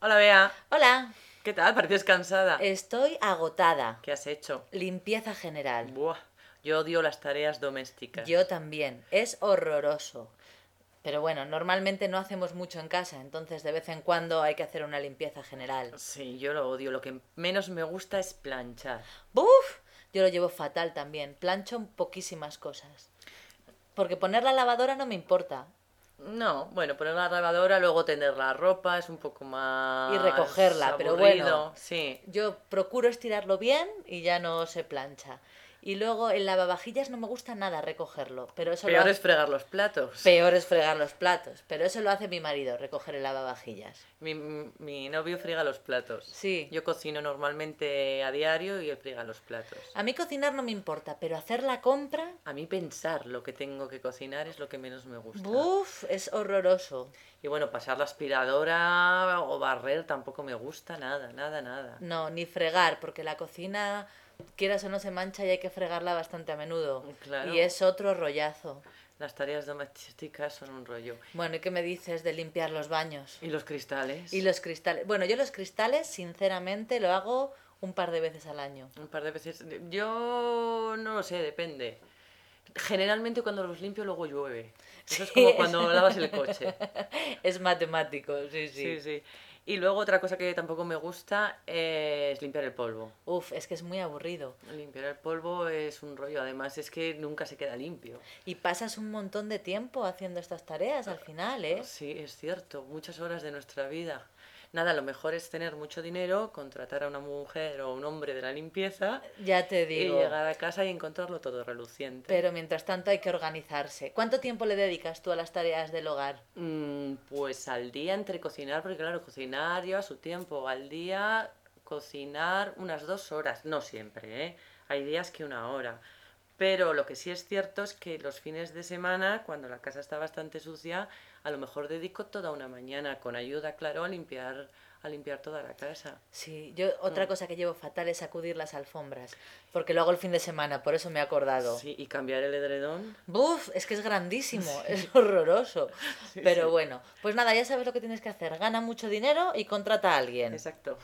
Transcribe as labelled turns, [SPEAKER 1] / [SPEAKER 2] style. [SPEAKER 1] Hola, Bea.
[SPEAKER 2] Hola,
[SPEAKER 1] ¿Qué tal? Pareces cansada.
[SPEAKER 2] Eh. estoy agotada.
[SPEAKER 1] ¿Qué has hecho?
[SPEAKER 2] Limpieza general.
[SPEAKER 1] Buah, yo odio las tareas domésticas.
[SPEAKER 2] Yo también. Es horroroso. Pero bueno, normalmente no hacemos mucho en casa, entonces de vez en cuando hay que hacer una limpieza general.
[SPEAKER 1] Sí, yo lo odio. Lo que menos me gusta es planchar.
[SPEAKER 2] ¡Buf! Yo lo llevo fatal también. Plancho poquísimas cosas. Porque poner la lavadora no me importa.
[SPEAKER 1] No, bueno, poner la lavadora, luego tender la ropa, es un poco más.
[SPEAKER 2] Y recogerla, pero
[SPEAKER 1] aburrido.
[SPEAKER 2] bueno.
[SPEAKER 1] Sí.
[SPEAKER 2] Yo procuro estirarlo bien y ya no se plancha. Y luego en lavavajillas no me gusta nada recogerlo, pero eso
[SPEAKER 1] Peor
[SPEAKER 2] lo
[SPEAKER 1] es
[SPEAKER 2] hace...
[SPEAKER 1] fregar los platos.
[SPEAKER 2] Peor es fregar los platos, pero eso lo hace mi marido, recoger el lavavajillas.
[SPEAKER 1] Mi, mi novio friega los platos.
[SPEAKER 2] Sí.
[SPEAKER 1] Yo cocino normalmente a diario y él friega los platos.
[SPEAKER 2] A mí cocinar no me importa, pero hacer la compra,
[SPEAKER 1] A mí pensar lo que tengo que cocinar es lo que menos me gusta.
[SPEAKER 2] ¡buf! Es horroroso.
[SPEAKER 1] Y bueno, pasar la aspiradora o barrer tampoco me gusta nada, nada, nada.
[SPEAKER 2] No, ni fregar, porque la cocina, quieras o no, se mancha y hay que fregarla bastante a menudo.
[SPEAKER 1] Claro.
[SPEAKER 2] Y es otro rollazo.
[SPEAKER 1] Las tareas domésticas son un rollo.
[SPEAKER 2] Bueno, ¿y qué me dices de limpiar los baños?
[SPEAKER 1] ¿Y los cristales?
[SPEAKER 2] Y los cristales. Bueno, yo los cristales, sinceramente, lo hago un par de veces al año.
[SPEAKER 1] Un par de veces. Yo no lo sé, depende. Generalmente cuando los limpio luego llueve. Eso es
[SPEAKER 2] Sí,
[SPEAKER 1] como
[SPEAKER 2] es-
[SPEAKER 1] cuando lavas el coche.
[SPEAKER 2] Es matemático, sí, sí.
[SPEAKER 1] Sí, sí. Y luego otra cosa que tampoco me gusta es limpiar el polvo.
[SPEAKER 2] Uf, es que es muy aburrido.
[SPEAKER 1] Limpiar el polvo es un rollo. Además es que nunca se queda limpio.
[SPEAKER 2] Y pasas un montón de tiempo haciendo estas tareas al final, ¿eh?
[SPEAKER 1] Sí, es cierto, muchas horas de nuestra vida. Nada, lo mejor es tener mucho dinero, contratar a una mujer o un hombre de la limpieza
[SPEAKER 2] Ya te digo.
[SPEAKER 1] y llegar a casa y encontrarlo todo reluciente.
[SPEAKER 2] Pero mientras tanto hay que organizarse. ¿Cuánto tiempo le dedicas tú a las tareas del hogar?
[SPEAKER 1] Mm, pues al día entre cocinar, porque claro, cocinar lleva su tiempo. Al día cocinar unas dos horas, no siempre, ¿eh? Hay días que una hora. Pero lo que sí es cierto es que los fines de semana, cuando la casa está bastante sucia, a lo mejor dedico toda una mañana, con ayuda, claro, a limpiar, a limpiar toda la casa.
[SPEAKER 2] Sí, yo otra cosa que llevo fatal es sacudir las alfombras, porque lo hago el fin de semana, por eso me he acordado.
[SPEAKER 1] Sí, y cambiar el edredón.
[SPEAKER 2] Buf, es que es grandísimo, es horroroso.
[SPEAKER 1] Sí,
[SPEAKER 2] Pero
[SPEAKER 1] sí.
[SPEAKER 2] bueno, pues nada, ya sabes lo que tienes que hacer. Gana mucho dinero y contrata a alguien.
[SPEAKER 1] Exacto.